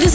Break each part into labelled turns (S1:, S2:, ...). S1: this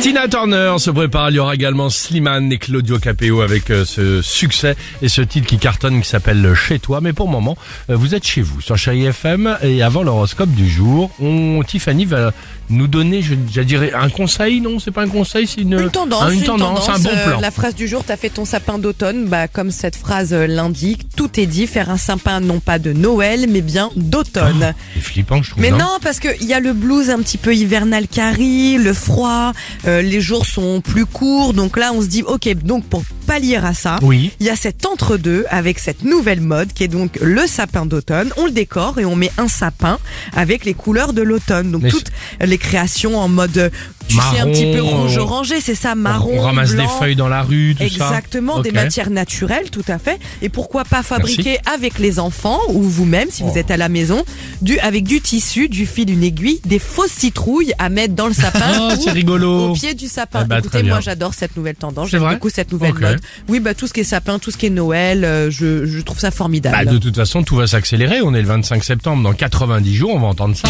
S2: Tina Turner se prépare, il y aura également Slimane et Claudio Capéo avec euh, ce succès et ce titre qui cartonne qui s'appelle Chez toi. Mais pour le moment, euh, vous êtes chez vous sur Chéri FM et avant l'horoscope du jour, on, Tiffany va nous donner, je, je dirais, un conseil, non C'est pas un conseil, c'est une,
S3: Une tendance,
S2: un- Euh, une tendance, un bon
S3: euh,
S2: plan.
S3: La phrase du jour, t'as fait ton sapin d'automne, bah, comme cette phrase euh, l'indique, tout est dit, faire un sapin non pas de Noël, mais bien d'automne.
S2: C'est flippant, je trouve.
S3: mais
S2: hein.
S3: non, parce qu'il y a le blues un petit peu hivernal qui arrive, le froid, euh, les jours sont plus courts, donc là on se dit, ok, donc pour pallier à ça,
S2: Oui.
S3: il y a cet entre-deux avec cette nouvelle mode qui est donc le sapin d'automne. On le décore et on met un sapin avec les couleurs de l'automne. Donc
S2: Mais
S3: toutes les créations en mode, tu sais, un
S2: Marron,
S3: petit peu rouge
S2: on-
S3: orangé, c'est ça,
S2: On-
S3: marron.
S2: on, ramasse
S3: blanc.
S2: des feuilles dans la rue, tout ça.
S3: Exactement, des
S2: Ok.
S3: matières naturelles, tout à fait. Et pourquoi pas fabriquer avec les enfants ou vous-même, si
S2: Oh.
S3: vous êtes à la maison, du, avec du tissu, du fil, une aiguille, des fausses citrouilles à mettre dans le sapin.
S2: Oh,
S3: ou
S2: c'est rigolo.
S3: au pied du sapin.
S2: Eh ben, très
S3: Écoutez,
S2: bien.
S3: moi j'adore cette nouvelle tendance,
S2: C'est
S3: j'aime
S2: vrai
S3: beaucoup cette nouvelle
S2: Ok.
S3: mode. Oui, bah tout ce qui est sapin, tout ce qui est Noël, euh, je, je trouve ça formidable.
S2: Bah, de toute façon, tout va s'accélérer. On est le 25 septembre. Dans 90 jours, on va entendre ça.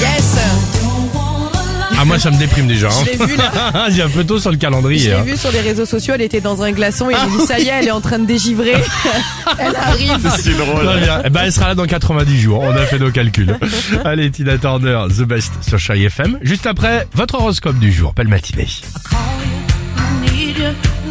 S3: Yes
S2: Ah, moi, ça me déprime déjà. hein.
S3: Je l'ai vu là.
S2: J'ai un peu tôt sur le
S3: Je
S2: calendrier.
S3: l'ai
S2: hein.
S3: vu sur les réseaux sociaux, elle était dans un glaçon et j'ai dit ça y est, elle est en train de dégivrer. elle arrive.
S2: Très bien. Eh ben, elle sera là dans 90 jours. On a fait nos calculs. Allez, Tina Turner, The Best sur Chai FM. Juste après, votre horoscope du jour. Belle matinée.
S4: need you,